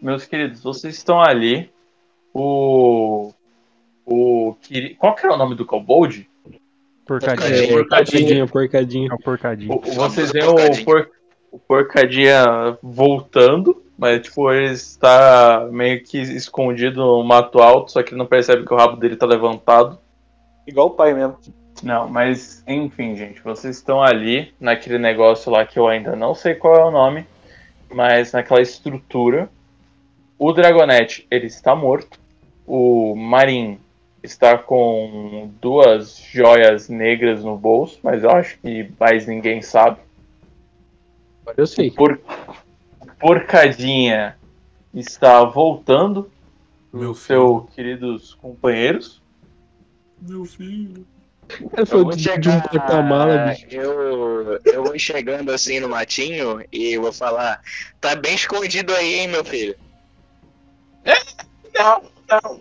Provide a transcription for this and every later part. Meus queridos, vocês estão ali. O. O. Kiri- Qual que era o nome do Kobold? É, Porcadinho. Porcadinho. Porcadinho, porcadinho. É o porcadinho. O- o- vocês veem o, por, o porcadinha voltando, mas tipo, ele está meio que escondido no mato alto, só que ele não percebe que o rabo dele tá levantado. Igual o pai mesmo. Não, mas enfim, gente, vocês estão ali naquele negócio lá que eu ainda não sei qual é o nome, mas naquela estrutura. O Dragonete, ele está morto. O Marin está com duas joias negras no bolso, mas eu acho que mais ninguém sabe. Agora eu sei. Por... Porcadinha está voltando Meu do seu queridos companheiros. Meu filho. Cara, Eu falou vou de, de um chegar- ah, porta-mala, bicho. Eu, eu vou chegando assim no matinho e vou falar: tá bem escondido aí, hein, meu filho? Não, não,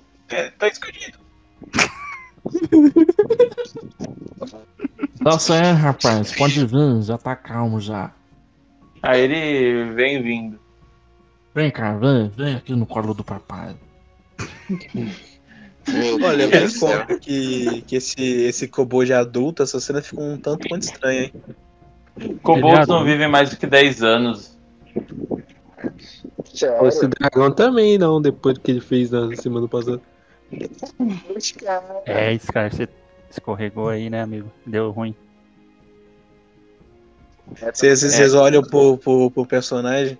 tá escondido. Nossa, é, rapaz, pode vir, já tá calmo já. Aí ele vem vindo. Vem cá, vem, vem aqui no colo do papai. Meu Olha, Deus eu me do céu. conta que, que esse, esse kobold adulto, essa cena ficou um tanto quanto estranha, hein? Kobolds Ele não vivem mais do que 10 anos. Sério? Esse dragão também não, depois do que ele fez na semana passada. É isso, cara. Você escorregou aí, né, amigo? Deu ruim. Vocês, vocês olham pro, pro, pro personagem,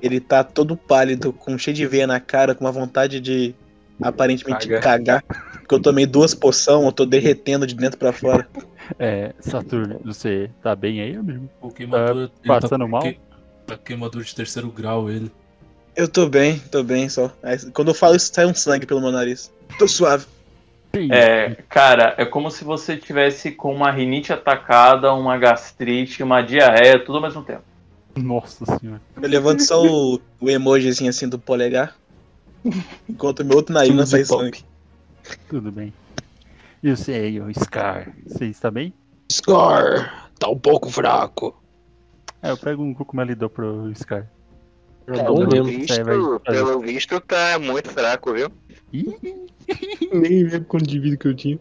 ele tá todo pálido, com cheio de veia na cara, com uma vontade de aparentemente cagar. Porque eu tomei duas poções, eu tô derretendo de dentro pra fora. É, Saturno, você tá bem aí, amigo? O queimadura. ele Passando mal? que- Tá queimadura de terceiro grau, ele. Eu tô bem, tô bem só. Aí, quando eu falo isso, sai um sangue pelo meu nariz. Tô suave. Sim. É, cara, é como se você tivesse com uma rinite atacada, uma gastrite, uma diarreia, tudo ao mesmo tempo. Nossa senhora. Eu levanto só o, o emojizinho assim do polegar. Enquanto meu outro nariz não sai sangue. Tudo bem. E você aí, o Scar? Você está bem? Score! Tá um pouco fraco. É, eu pego um cogumelo e dou pro Scar. Eu Cara, não Não, pelo, lembro. não. Vai, visto, vai. pelo visto tá muito fraco, viu? Ih, Nem lembro quanto de vida que eu tinha.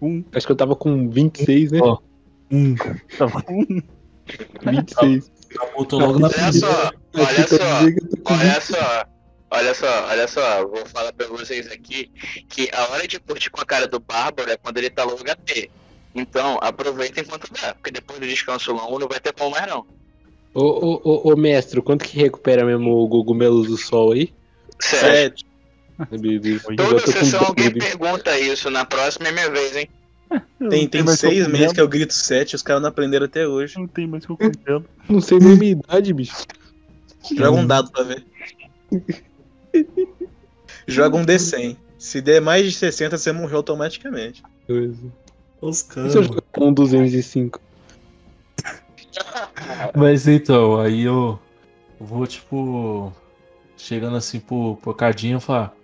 um. Acho que eu tava com 26, né? Ó. Hum, Tá bom. 26. Botou Tá logo na Olha só, olha tá Então, só, Uhum. olha só. Olha só, olha só, vou falar pra vocês aqui que a hora de curtir com a cara do Bárbaro é quando ele tá logo HP. Então, aproveita enquanto dá, porque depois do descanso longo não vai ter como mais não. Ô, ô, ô, ô, mestre, quanto que recupera mesmo o cogumelo do sol aí? Sério. É, Beleza. Toda Eu tô com um sessão alguém medo. pergunta isso, na próxima é minha vez, hein? tem, tem seis meses que eu grito sete, os caras não aprenderam até hoje. Não tem mais cogumelo. Não sei nem minha idade, bicho. Joga um dado pra ver. Joga um D100. Se der mais de 60, você morreu automaticamente. Beleza. Os E caras. se eu jogar com 205? Mas então, aí eu vou, tipo, chegando assim pro porcadinho e falar: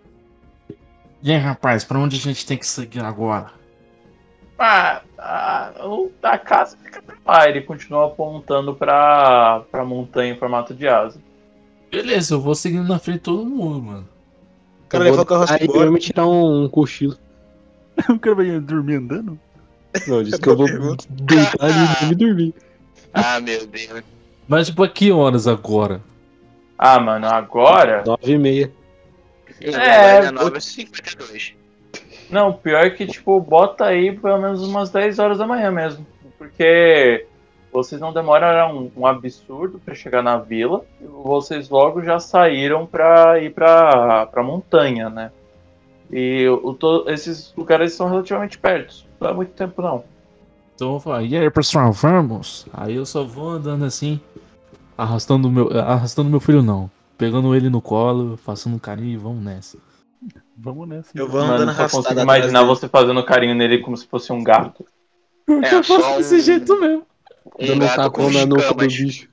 E aí, rapaz, pra onde a gente tem que seguir agora? Ah, ah, o da casa fica pra lá. Ele continua apontando pra, pra montanha em formato de asa. beleza, eu vou seguindo na frente de todo mundo, mano. O cara levou o carroça Aí eu embora. me tirar um, um cochilo. O cara vai dormir andando? Não, disse que eu vou Pergunta. deitar e dormir. Ah, meu Deus. Mas, tipo, a que horas agora? Ah, mano, agora. 9 e meia. É, 9h52. Não, pior que, tipo, bota aí pelo menos umas 10 horas da manhã mesmo. Porque vocês não demoraram um, um absurdo pra chegar na vila. E vocês logo já saíram pra ir pra, pra montanha, né? E o, to- esses lugares são relativamente perto. Não é muito tempo, não. Então eu vou falar: E aí, pessoal, vamos? Aí eu só vou andando assim, arrastando o meu. Arrastando meu filho não. Pegando ele no colo, passando um carinho e vamos nessa. Vamos nessa. Eu então. vou andando Mano, só arrastado consigo atrás imaginar dele. você fazendo carinho nele como se fosse um gato. É, só um, mesmo. um Dando um gato com tapão na nuca do escamas. bicho.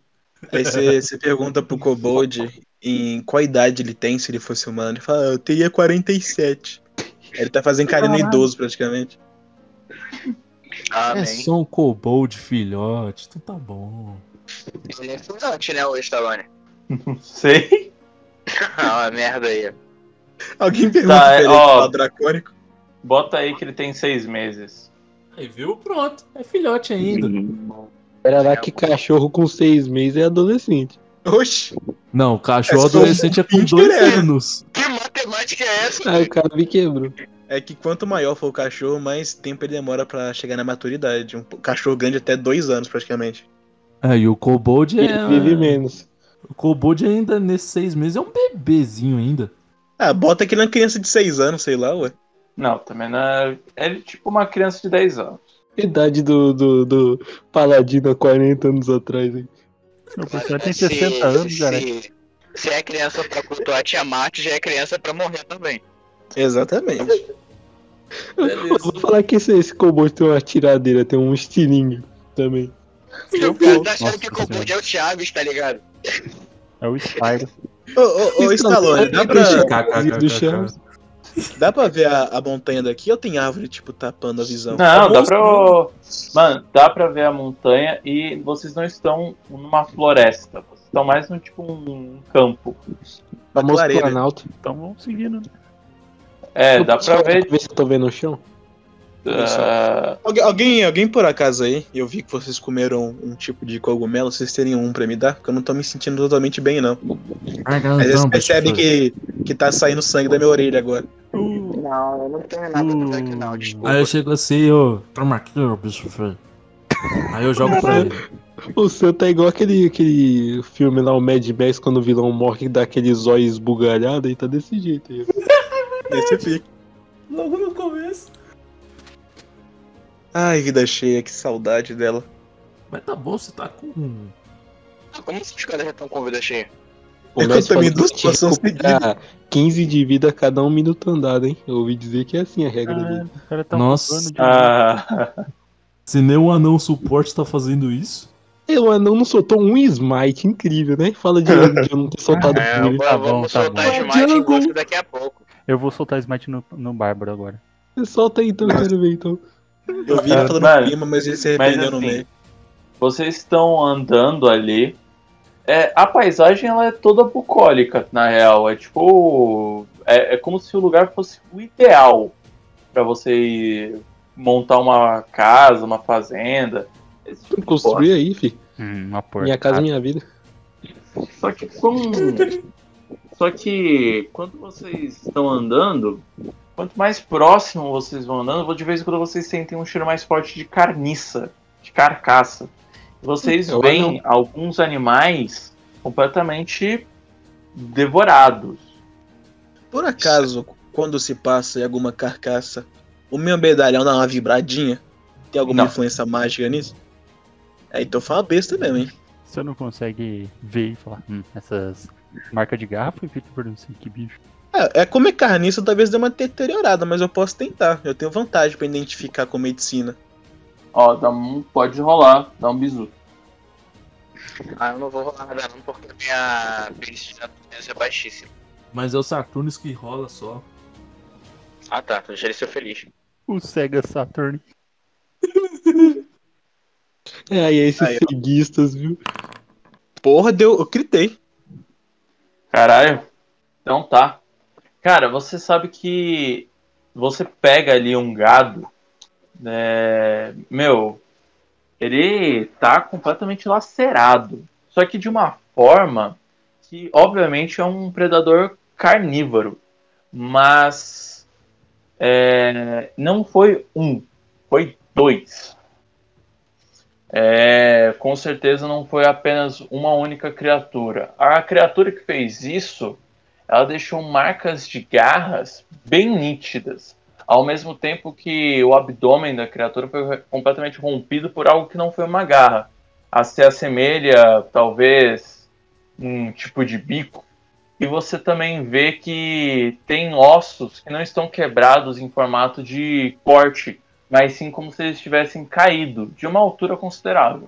Aí você, você pergunta pro Kobold em qual idade ele tem se ele fosse humano. Ele fala, "Ah, eu teria 47. Aí Ele tá fazendo carinho idoso praticamente. Amém. É É só um kobold filhote, então tá bom. Ele é fuzante, né, o Stallone? Não sei. ah, uma merda aí. Alguém pergunta Tá, pra é, ele ó. falar dracônico. Bota aí que ele tem seis meses. Aí viu, pronto. É filhote ainda. Era lá que cachorro com seis meses é adolescente. Oxi, Não, cachorro É só um adolescente é com pinche dois direto. anos. Que matemática é essa? Aí o cara me quebrou. é que quanto maior for o cachorro, mais tempo ele demora pra chegar na maturidade. Um cachorro grande até dois anos, praticamente. Aí É, o Cobold Ele vive é. menos. O Cobold ainda, nesses seis meses, é um bebezinho ainda. Ah, bota aquele na criança de seis anos, sei lá, ué. Não, também não é. Ele é tipo uma criança de 10 anos. Idade do, do, do Paladino há 40 anos atrás, hein? O professor tem 60 anos, cara. Se, se é criança pra cultuar Tiamat, já é criança pra morrer também. Exatamente. Eu vou falar que esse, esse Kobold tem uma tiradeira, tem um estilingue também. o cara tá achando Nossa que Cobold é o Chaves, tá ligado? É o Spyro. Ô, ô, ô, Stallone, dá pra, Do Chaves. dá pra ver a, a montanha daqui ou tem árvore, tipo, tapando a visão? Não, dá pra. Mano, dá pra ver a montanha e vocês não estão numa floresta. Vocês estão mais num tipo um campo. Uma Famoso clareira. né? Planalto. Então vamos seguindo. né? É, dá pra Só ver. se eu tô vendo o chão. ah, Algu- alguém, alguém por acaso aí, eu vi que vocês comeram um tipo de cogumelo, vocês terem um pra me dar? Porque eu não tô me sentindo totalmente bem, não. Ah, Mas galera, vocês não, percebem bicho, que, que tá saindo sangue da minha orelha agora. Não, eu não tenho nada pra ver aqui não, foi. Aí eu chego assim, ô, toma aqui, ô, bicho feio. Aí eu jogo pra ele. O seu tá igual aquele, aquele filme lá, o Mad Max, quando o vilão morre que dá aquele zóio esbugalhado e tá desse jeito aí. Esse fica. Logo no começo. Ai, vida cheia, que saudade dela. Mas tá bom, você tá com. Como esses caras já assim? estão com vida cheia? Tá O Eu Max também falou duas que porções recuperar 15 de vida a cada um minuto andado, hein? Eu ouvi dizer que é assim a Ah. regra dele. O cara tá Nossa. um ano de- ah, Se nem o anão suporte tá fazendo isso. Eu anão não soltou um smite, incrível, né? Fala de de eu não ter soltado É, primeiro. agora tá vamos bom, tá soltar bom. demais em você daqui a pouco. Eu vou soltar Smite no, no Bárbaro agora. Você Solta aí então, quero ver então. Eu vi ele Mano, falando clima, mas ele se Ah, mas arrependeu no assim, meio. vocês estão andando ali. É, a paisagem ela é toda bucólica, na real. É tipo. É, é como se o lugar fosse o ideal pra você montar uma casa, uma fazenda. esse tipo de coisa. Construir aí, fi. Hum, uma porta. Minha é casa, minha vida. Só que como. Só que quando vocês estão andando, quanto mais próximo vocês vão andando, de vez em quando vocês sentem um cheiro mais forte de carniça, de carcaça. Vocês Eu veem alguns animais completamente devorados. Por acaso, quando se passa em alguma carcaça, o meu medalhão dá uma vibradinha? Tem alguma Não. influência mágica nisso? É, então foi uma besta mesmo, hein? Você não consegue ver e falar, hum, essas marcas de garra foi feita por não sei que bicho. É, é comer carniça talvez dê uma deteriorada, mas eu posso tentar. Eu tenho vantagem pra identificar com medicina. Ó, dá um, pode rolar, dá um bisu. Ah, eu não vou rolar nada não, porque a minha perícia de natureza é baixíssima. Mas é o Saturnos que rola só. Ah tá, deixei ele ser feliz. O Sega Saturn. É, aí esses Aí, ó. ceguistas, viu? Porra, deu. Eu gritei. Caralho. Então tá. Cara, você sabe que você pega ali um gado, né, meu, ele tá completamente lacerado. Só que de uma forma que, obviamente, é um predador carnívoro. Mas é, não foi um, foi dois. É, com certeza não foi apenas uma única criatura. A criatura que fez isso, ela deixou marcas de garras bem nítidas, ao mesmo tempo que o abdômen da criatura foi completamente rompido por algo que não foi uma garra. A se assemelha, talvez, um tipo de bico. E você também vê que tem ossos que não estão quebrados em formato de corte, mas sim como se eles tivessem caído de uma altura considerável.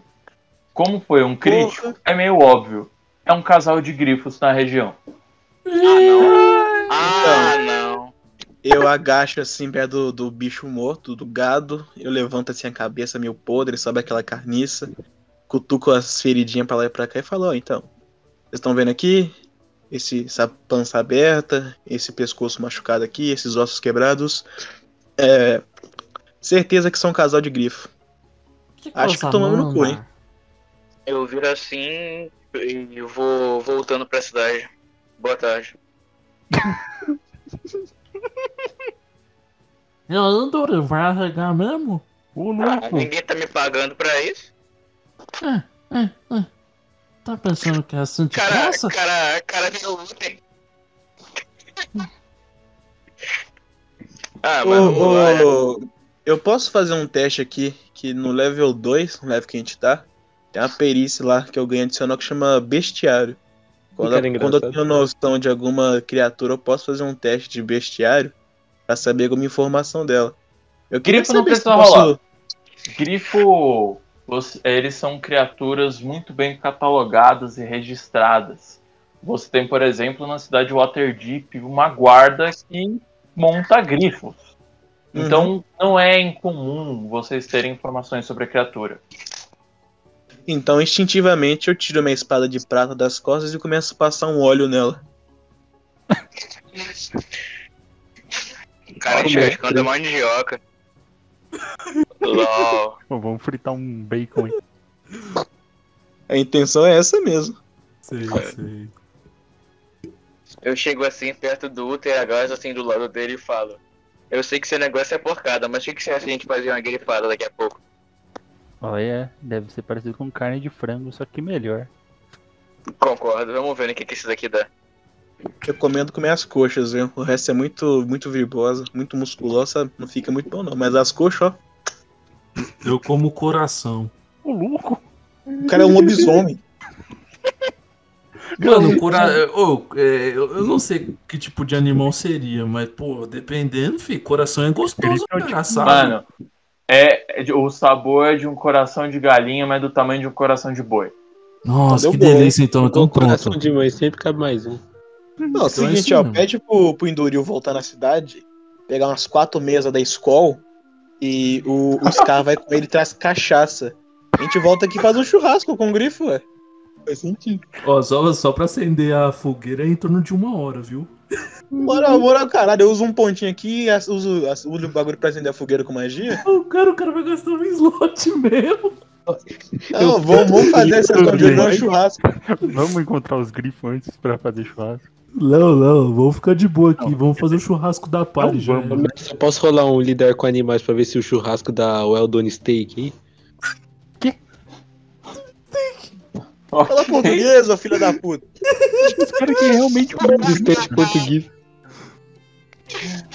Como foi um crítico, Porra. é meio óbvio. É um casal de grifos na região. Ah não. Ah não. Eu agacho assim perto do, do bicho morto, do gado. Eu levanto assim a cabeça meio podre, sobe aquela carniça. cutuco as feridinhas pra lá e pra cá e falo, ó, então, vocês estão vendo aqui? Esse, essa pança aberta, esse pescoço machucado aqui, esses ossos quebrados. É, certeza que são um casal de grifo. Acho que tomamos no né? cu, hein? Eu viro assim e vou voltando pra cidade. Boa tarde. É Eu ando, vai arregar mesmo? Ô, Ah, louco! ninguém tá me pagando pra isso. É, é. Tá pensando que é assim de Cara, graça? cara, cara, meu Luther. ah, mas Ô, vamos lá. né? ô, eu posso fazer um teste aqui que no level 2, no level que a gente tá, tem uma perícia lá que eu ganho adicional que chama bestiário. Quando, Cara, eu- engraçado. quando eu tenho noção de alguma criatura, eu posso fazer um teste de bestiário pra saber alguma informação dela. Eu queria Grifo não saber se precisa eu posso- rolar. Grifo, você- eles são criaturas muito bem catalogadas e registradas. Você tem, por exemplo, na cidade de Waterdeep, uma guarda que monta grifos. Uhum. Então, não é incomum vocês terem informações sobre a criatura. Então, instintivamente, eu tiro minha espada de prata das costas e começo a passar um óleo nela. Cara, encharcando a mandioca. LOL. Pô, vamos fritar um bacon aí. A intenção é essa mesmo. Sei, sei. Eu chego assim perto do Uther, agacho assim do lado dele e falo. Eu sei que seu negócio é porcada, mas o que que você acha de a gente fazer uma grifada daqui a pouco? Olha, deve ser parecido com carne de frango, só que melhor. Concordo, vamos ver no que, que isso daqui dá. Recomendo comer as coxas, viu? O resto é muito, muito virbosa, muito musculosa, não fica muito bom não. Mas as coxas, ó, Eu como o coração. Ô, louco! o cara é um lobisomem. Mano, o cora... ô, é, eu eu não sei que tipo de animal seria, mas, pô, dependendo, fi, coração é gostoso, Ele é o cara, sabe? Mano, é, é de- o sabor de um coração de galinha, mas do tamanho de um coração de boi. Nossa, Deu que bom, hein? delícia, então. Então coração pronto. de mãe, sempre cabe mais um. Não, é o Então é seguinte, isso ó, mesmo. pede pro, pro Enduril voltar na cidade, pegar umas quatro mesas da escola e o, o Scar vai com ele e traz cachaça. A gente volta aqui e faz um churrasco com o grifo, ué. Faz sentido. Ó, só, só pra acender a fogueira é em torno de uma hora, viu? Bora, bora, caralho. Eu uso um pontinho aqui e as- uso, as- uso o bagulho pra acender a fogueira com magia. O cara, o cara vai gastar um slot mesmo. Não, vamos, vamos fazer essa Eu escondida no também. churrasco. Vamos encontrar os grifos antes pra fazer churrasco. Não, não, vamos ficar de boa aqui. Vamos fazer o churrasco da Não party já. vamos. Eu posso rolar um líder com animais pra ver se o churrasco dá well done steak, hein? um Fala português, ô filho da puta. Esse cara aqui é realmente De steak português.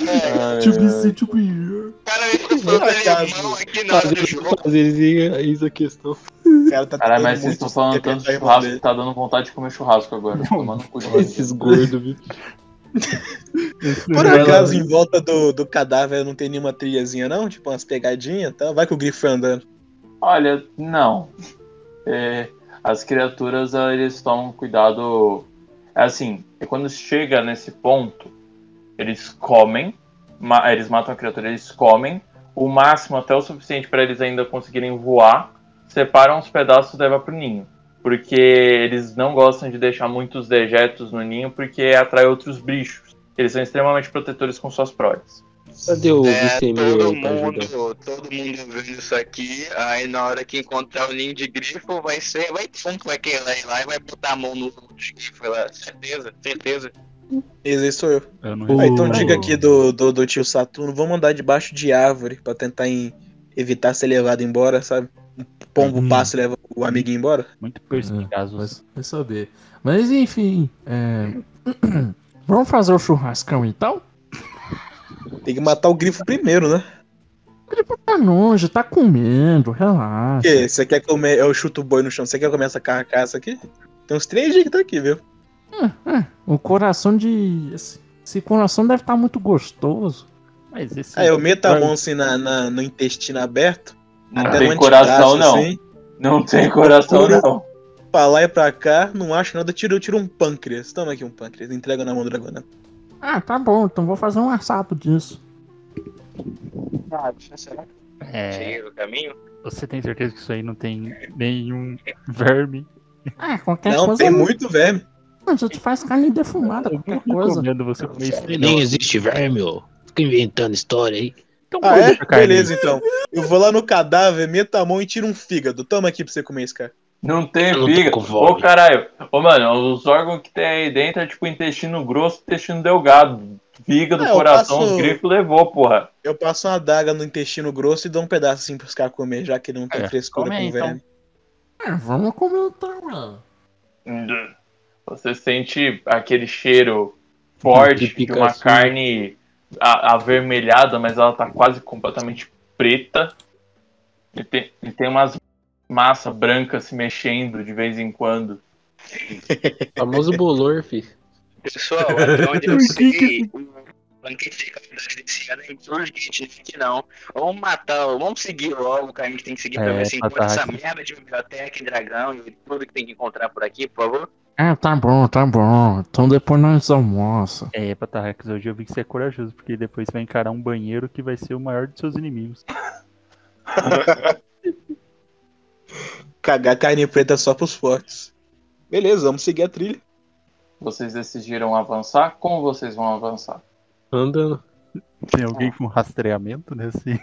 Ah, To é. be seen, to be heard. Cara, me frustrando Por acaso, de mão aqui na hora do jogo. Fazer, fazer isso a questão. O cara tá Caralho, tentando mas vocês muito estão falando secretar tanto a de irmã churrasco dele. que tá dando vontade de comer churrasco agora. Tomando um cu de vocês. Esses gordos, viu? Por Vai lá. acaso, em volta do, do cadáver não tem nenhuma trilhazinha, não? Tipo umas pegadinhas e tal? Vai que o grifo foi andando. Olha, não. É, as criaturas, ah, eles tomam cuidado. É assim, é quando chega nesse ponto, eles comem, ma- eles matam a criatura, eles comem, o máximo até o suficiente para eles ainda conseguirem voar, separam os pedaços e levam pro ninho. Porque eles não gostam de deixar muitos dejetos no ninho, porque atrai outros bichos. Eles são extremamente protetores com suas proles. Cadê o É, todo Vicemil tá aí pra ajudar? mundo, todo mundo vendo isso aqui, aí na hora que encontrar o ninho de grifo, vai ser, vai pum, vai querer lá e vai botar a mão no no grifo lá, certeza, certeza. Esse aí sou eu. Eu não Ô, Ah, então Oh. diga aqui do, do, do tio Saturno, vamos andar debaixo de árvore pra tentar em- evitar ser levado embora, sabe? Um pombo Uhum. passa e leva o amiguinho embora. muito perspicaz. Vai, você. vai saber. Mas enfim, é, Vamos fazer o churrascão então? Tem que matar o grifo primeiro, né? Tá longe, tá comendo, relaxa. Porque você quer comer, eu chuto o boi no chão, você quer comer essa carcaça aqui? Tem uns três dias que tá aqui, viu? É, O coração de. Esse, esse coração deve estar muito gostoso. Mas esse. Aí eu meto a mão assim na, na- no intestino aberto, Não até um tem antebraço, coração, não. assim, Não tem coração, Puro- não. pra lá e pra cá, não acho nada, eu tiro, eu tiro um pâncreas. Toma aqui um pâncreas, entrega na mão do dragão. né? Ah, tá bom, então vou fazer um assado disso. Ah, será que É, cheguei no caminho? Você tem certeza que isso aí não tem nenhum verme? Ah, qualquer Não, coisa. tem muito verme. Mano, já te faz carne defumada, qualquer coisa. Recomendo você comer Nem estrelhão. existe verme, ô. Fica inventando história aí. Então, Ah, cuida, é? Carlinhos. Beleza, então. Eu vou lá no cadáver, meto a mão e tiro um fígado. Toma aqui pra você comer esse cara. Não tem Eu não tô briga. com Ô, fome. caralho. Ô, mano, os órgãos que tem aí dentro é tipo intestino grosso, intestino delgado. Fígado, Ah, eu coração, passo- os grifos levou, porra. Eu passo uma adaga no intestino grosso e dou um pedaço assim pros caras comer, já que não tem É, frescura come com aí, então. verme. Ah, vamos comentar, mano. Você sente aquele cheiro forte De de, uma picação. carne a- avermelhada, mas ela tá quase completamente preta. E tem, e tem umas massas brancas se mexendo de vez em quando. Famoso bolor, fi. Pessoal, até onde eu Por que que sei, o banquete de calendário desse ano é urgente, né? que não. Vamos matar, vamos seguir logo o caminho que tem que seguir pra É, ver se tá encontra essa tarde. merda de biblioteca e dragão e tudo que tem que encontrar por aqui, por favor. É, Ah, tá bom, tá bom. Então depois nós almoça. É, Patarrex, hoje eu vi que você é corajoso, porque depois você vai encarar um banheiro que vai ser o maior de seus inimigos. Cagar carne preta só pros fortes. Beleza, vamos seguir a trilha. Vocês decidiram avançar? Como vocês vão avançar? Andando. Tem alguém com rastreamento nesse.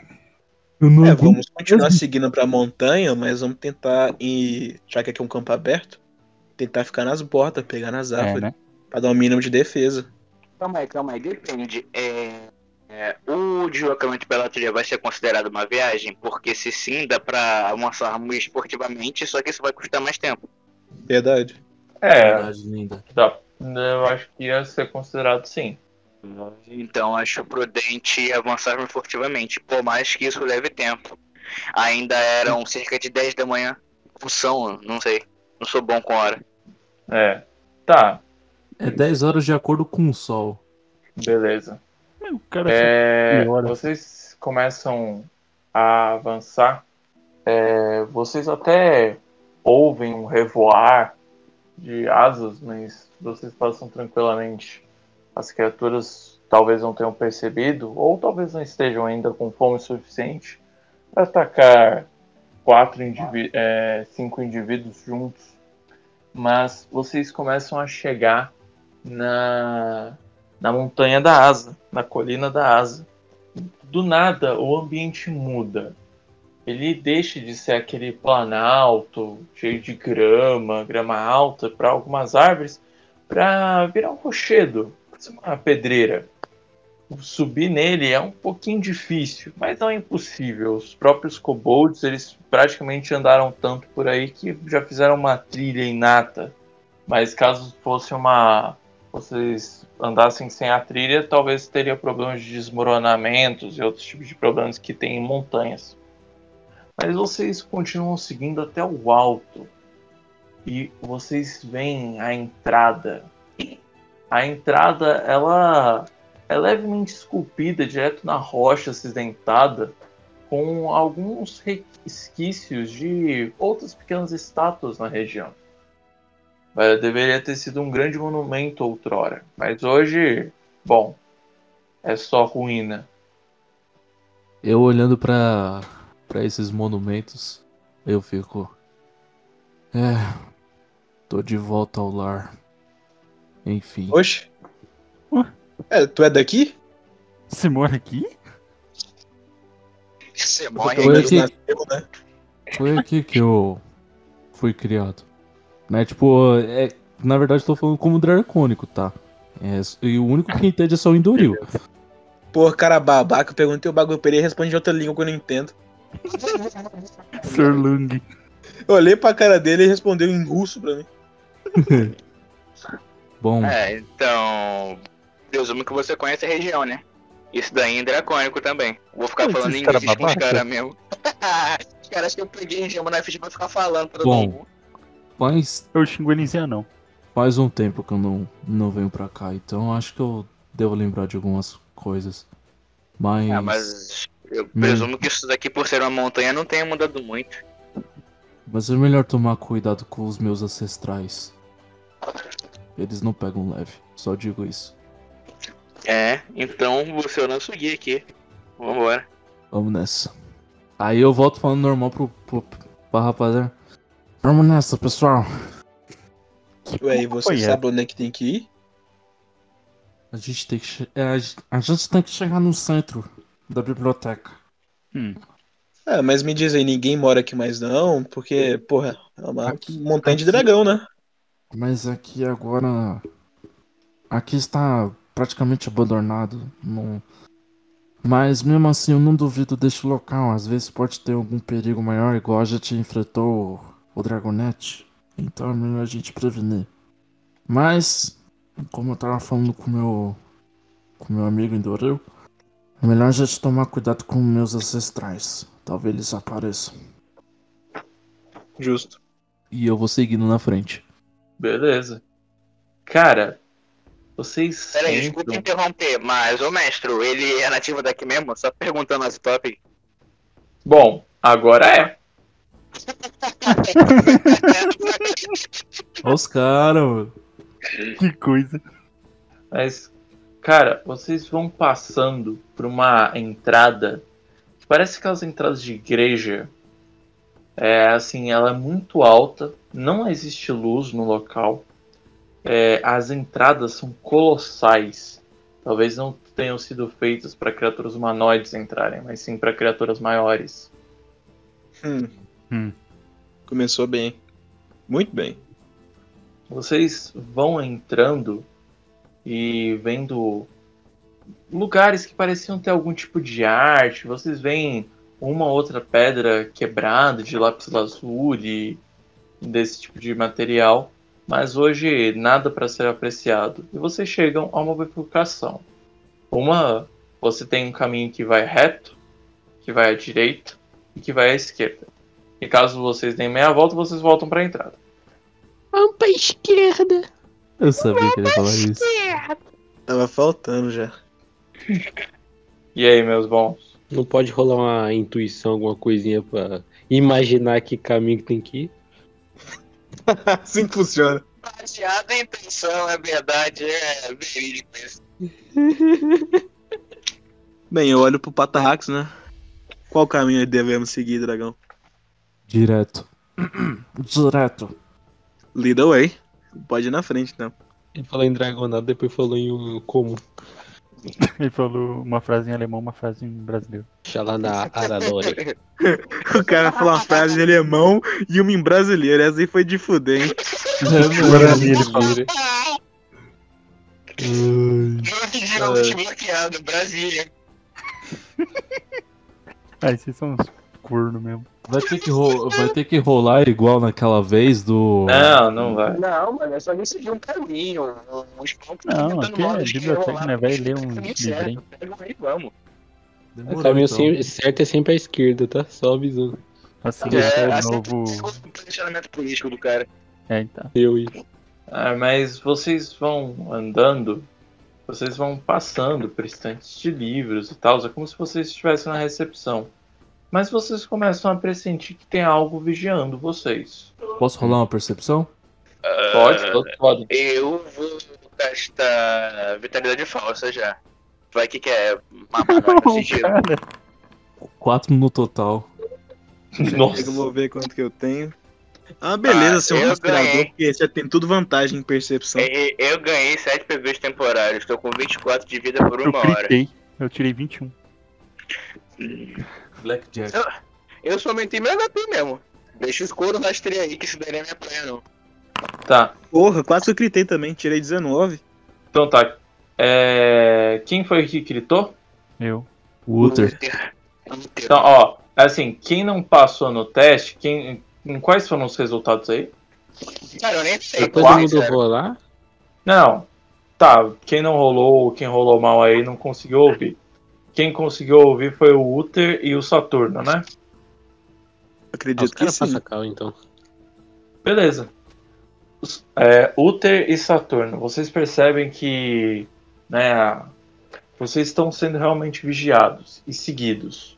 Eu não É, vamos continuar seguindo pra montanha, mas vamos tentar ir. Já que aqui é um campo aberto, tentar ficar nas bordas, pegar nas É, árvores, né? pra dar um mínimo de defesa. Calma aí, calma aí, depende. É, é, o deslocamento pela trilha vai ser considerado uma viagem? Porque se sim, dá pra avançar muito esportivamente, só que isso vai custar mais tempo. Verdade. É, Verdade, linda. tá. eu acho que ia ser considerado sim. Então acho prudente avançar mais furtivamente, por mais que isso leve tempo. Ainda eram cerca de 10 da manhã. Ou são, não sei. Não sou bom com hora. É. Tá, É 10 horas de acordo com o sol. beleza. O cara É, Melhora. vocês começam a avançar. É, vocês até ouvem um revoar de asas, mas vocês passam tranquilamente. As criaturas talvez não tenham percebido, ou talvez não estejam ainda com fome suficiente para atacar quatro indiví- é, cinco indivíduos juntos. Mas vocês começam a chegar na na montanha da asa, na colina da asa. Do nada, o ambiente muda. Ele deixa de ser aquele planalto cheio de grama, grama alta para algumas árvores, para virar um rochedo, parece uma pedreira. Subir nele é um pouquinho difícil, mas não é impossível. Os próprios kobolds, eles praticamente andaram tanto por aí que já fizeram uma trilha inata. Mas caso fosse uma vocês andassem sem a trilha, talvez teria problemas de desmoronamentos e outros tipos de problemas que tem em montanhas. Mas vocês continuam seguindo até o alto e vocês veem a entrada. A entrada, ela é levemente esculpida direto na rocha acidentada, com alguns resquícios de outras pequenas estátuas na região. Eh, deveria ter sido um grande monumento outrora. Mas hoje, bom, é só ruína. Eu olhando pra para esses monumentos, eu fico. É. Tô de volta ao lar. Enfim. Oxe. Ué? É, tu é daqui? Você mora aqui? Você Pelo morre Oi, menos aqui. nasceu, né? Foi aqui que eu fui criado. Né, tipo, é, na verdade eu tô falando como dracônico, tá? É, e o único que entende é só o Indoril. Pô, cara babaca, eu perguntei o bagulho pra ele e responde de outra língua que eu não entendo. Sir Lung. Eu olhei pra cara dele e respondeu em russo pra mim. Hum. Bom, É, então. Presumo que você conhece a região, né? Isso daí é dracônico também. Vou ficar Putz, falando esse inglês cara com os babaca. caras mesmo. os caras acham que eu peguei região na ficha pra ficar falando pra todo Bom. mundo. faz, Eu xingo ele em Zé, não. faz um tempo que eu não, não venho pra cá, então acho que eu devo lembrar de algumas coisas. Mas. Ah, mas eu presumo que isso daqui, por ser uma montanha, não tenha mudado muito. Mas é melhor tomar cuidado com os meus ancestrais. Eles não pegam leve, só digo isso. É, então você é o nosso guia aqui. Vambora. Vamos nessa. Aí eu volto falando normal pro, pro, pra rapaziada. Vamos nessa, pessoal. Ué, e você Olha. sabe onde é que tem que ir? A gente tem que, che- é, a gen- a gente tem que chegar no centro da biblioteca. Ah, mas me diz aí, ninguém mora aqui mais não, porque, porra, é uma montanha de dragão, né? Mas aqui agora. Aqui está praticamente abandonado. Não... Mas mesmo assim, eu não duvido deste local. Às vezes pode ter algum perigo maior, igual a gente enfrentou o, o Dragonete. Então é melhor a gente prevenir. Mas, como eu tava falando com meu. com meu amigo Endoril, é melhor a gente tomar cuidado com meus ancestrais. Talvez eles apareçam. Justo. E eu vou seguindo na frente. Beleza. Cara, vocês Pera aí, sentam. então. desculpa interromper, mas o mestre, ele é nativo daqui mesmo? Só perguntando as top. Bom, agora é. Olha os caras, mano. Que coisa. Mas, cara, vocês vão passando por uma entrada que parece aquelas entradas de igreja. É assim, ela é muito alta, não existe luz no local. É, as entradas são colossais. Talvez não tenham sido feitas para criaturas humanoides entrarem, mas sim para criaturas maiores. Hum. Hum. Começou bem. Muito bem. Vocês vão entrando e vendo lugares que pareciam ter algum tipo de arte. Vocês veem uma ou outra pedra quebrada de lápis lazuli, desse tipo de material. Mas hoje nada para ser apreciado. E vocês chegam a uma bifurcação. Uma, você tem um caminho que vai reto, que vai à direita e que vai à esquerda. E caso vocês deem meia volta, vocês voltam para a entrada. Vamos pra esquerda. Eu sabia que ele ia falar isso. Tava faltando já. E aí, meus bons? Não pode rolar uma intuição, alguma coisinha pra imaginar que caminho que tem que ir. assim que funciona. Baseada em intenção, é verdade, é verídico isso. Bem, eu olho pro Patarrax, né? Qual caminho devemos seguir, dragão? Direto. Direto. Lead away. Pode ir na frente, então. Ele falou em dragonado, depois falou em um como. Ele falou uma frase em alemão, uma frase em brasileiro. Xalana Aralore. O cara falou uma frase em alemão e uma em brasileiro. Essa aí foi de fuder, hein? É Brasileiro. Jogo desbloqueado, Brasília. Ah, esses são uns corno mesmo. Vai ter, que ro- vai ter que rolar igual naquela vez do. Não, não vai. Não, mano, é só me seguir um caminho. um Os Não, aqui é biblioteca, né? Vai ler um livrinho. Pega o rei, vamos. O Demorou, caminho então. sempre- certo é sempre à esquerda, tá? Só avisando. Assim, É, é, assim, novo. o posicionamento político do cara. É, então. Eu e. Ah, mas vocês vão andando, vocês vão passando por estantes de livros e tal, é como se vocês estivessem na recepção. Mas vocês começam a pressentir que tem algo vigiando vocês. então. Posso rolar uma percepção? É. Pode, todos podem. Ah, Eu vou gastar vitalidade falsa já. Vai que quer mamar nós nesse giro. Quatro no total. Nossa, Eu vou ver quanto que eu tenho. Ah, beleza, Ah, seu eu rastreador, ganhei. porque você tem tudo vantagem em percepção. E- É, Eu ganhei 7 PVs temporários, tô com 24 de vida por Eu uma hora. critei. Eu tirei 21. Blackjack. Eu só aumentei meu HP é assim mesmo. Deixa os couro rastrear aí, que isso daí não é minha praia, não. tá. Porra, quase que eu critei também. Tirei 19. Então tá. É, Quem foi que gritou? Eu. Wooter. Então, ó, assim, quem não passou no teste, quem. em Quais foram os resultados aí? Cara, eu nem sei. Tá É Todo quatro, mundo cara. rolar? Não. Tá, quem não rolou ou quem rolou mal aí não conseguiu ouvir. Quem conseguiu ouvir foi o Uther e o Saturno, né? Ah, os Acredito que caras sim. passam cal, então. Beleza. Os- É, Uther e Saturno, vocês percebem que né, a- vocês estão sendo realmente vigiados e seguidos.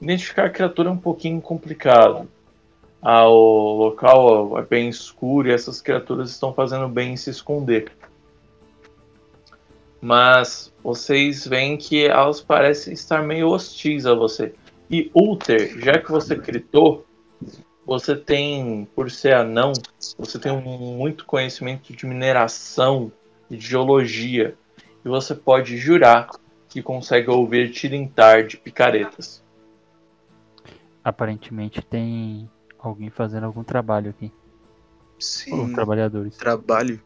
Identificar a criatura é um pouquinho complicado. Ah, o local é bem escuro e essas criaturas estão fazendo bem em se esconder. Mas vocês veem que elas parecem estar meio hostis a você. E Ulter, já que você gritou, você tem, por ser anão, você tem um- muito conhecimento de mineração e de geologia. E você pode jurar que consegue ouvir tilintar de picaretas. Aparentemente tem alguém fazendo algum trabalho aqui. Ou Sim, trabalhadores. trabalho.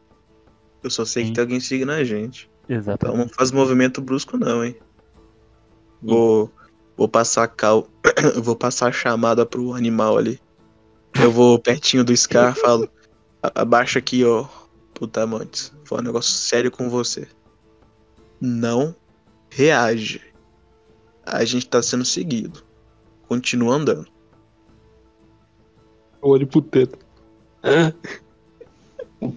Eu só sei Sim. que tem alguém seguindo a gente. Então Exatamente. não faz movimento brusco, não, hein? Vou, vou passar a cal... vou passar a chamada pro animal ali. Eu vou pertinho do Scar falo. "A- Abaixa aqui, ó, Putamontes. Vou falar um negócio sério com você. Não reage. A gente tá sendo seguido. Continua andando. Eu olho pro teto. O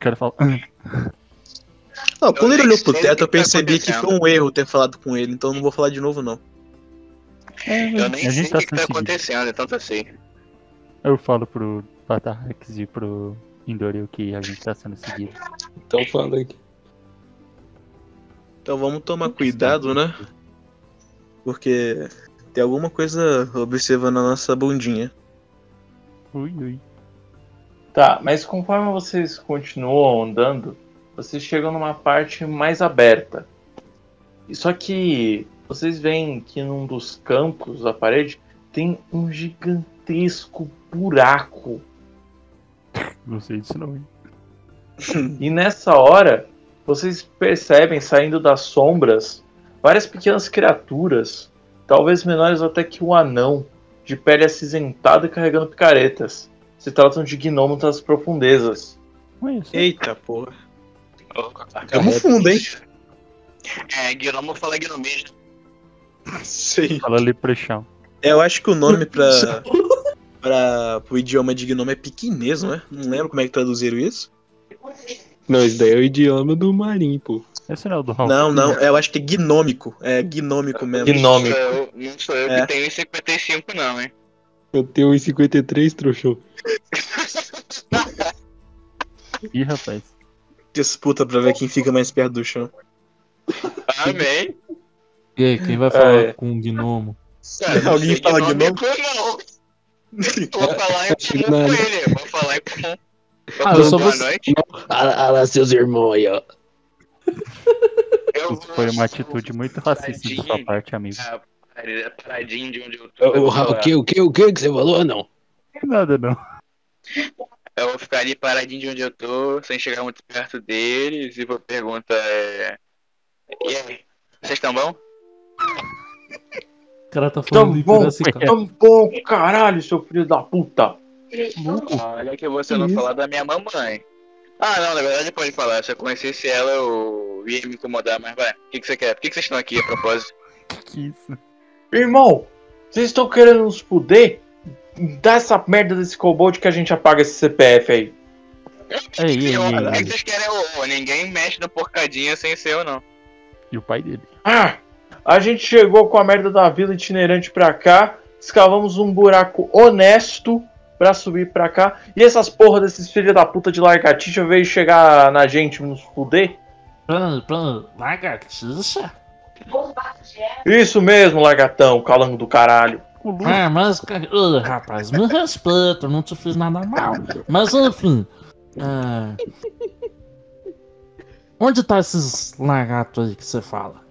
cara fala. Não, quando ele nem olhou pro sei o teto, que eu tá percebi que foi acontecendo. um erro ter falado com ele, então eu não vou falar de novo, não. Eu nem a sei gente o tá que, que tá sendo seguido. acontecendo, tanto assim. Eu falo pro Patarrex e pro Indoril que a gente tá sendo seguido. Então fala aqui. Então vamos tomar cuidado, né? Porque tem alguma coisa observando a nossa bundinha. Ui, ui. Tá, mas conforme vocês continuam andando, vocês chegam numa parte mais aberta. E Só que vocês veem que num dos cantos da parede tem um gigantesco buraco. Gostei disso não, hein? E nessa hora, vocês percebem saindo das sombras várias pequenas criaturas, talvez menores até que um anão, de pele acinzentada e carregando picaretas. Se tratam de gnomos das profundezas. Olha só. Eita porra. um Tamo fundo, hein? É, Guilherme fala Guilherme. Sim. Fala leprechaun. Eu acho que o nome pra. pra pro idioma de gnome é piquinês, não é? Não lembro como é que traduziram isso. Não, esse daí é o idioma do marinho, pô. Esse não é o do Raul. Não, não. Eu acho que é gnômico. É gnômico mesmo. Gnome. Não sou eu, não sou eu É. que tenho em 55, não, hein? Eu tenho 1,53, trouxão. Ih, rapaz. Disputa pra ver quem fica mais perto do chão. Amém. E aí, quem vai falar É. com o gnomo? Alguém Sei fala gnômico, Não. Vou falar em comum Não. com ele. Vou falar em comum. Vou Ah, eu falar só boa vou- noite. Olha lá seus irmãos aí, ó. Eu Isso vou- foi uma atitude muito racista de sua Tadinho. parte, amigo. Ah, paradinha- Paradinho de onde eu tô. O, o, o, que, o, que, o que que você falou, não? Nada não. Eu vou ficar ali paradinho de onde eu tô, sem chegar muito perto deles, e vou perguntar é. E aí, vocês estão bom? O cara tá falando Tá de bom, Piracicaba. Tão bom, caralho, seu filho da puta. Olha que você não falar da minha mamãe. Ah não, na verdade pode falar, se eu conhecesse ela eu ia me incomodar, mas vai, o que, que você quer? Por que, que vocês estão aqui a propósito? Que isso? Irmão, vocês estão querendo nos poder? Dá essa merda desse kobold que a gente apaga esse CPF aí. Ei, ei, ei, Eu- O que, ei. que vocês querem? Ô, ô, ninguém mexe na porcadinha sem ser eu não. E o pai dele. Ah, a gente chegou com a merda da vila itinerante pra cá, escavamos um buraco honesto pra subir pra cá, e essas porra desses filhos da puta de largatixa veio chegar na gente nos fuder? Pra- pra- Lagartixa? Isso mesmo, largatão, calango do caralho. O Lu. Ah, mas, cara, ô, rapaz, me respeita, eu não te fiz nada mal. Mas, enfim. ah, Onde tá esses lagartos aí que você fala?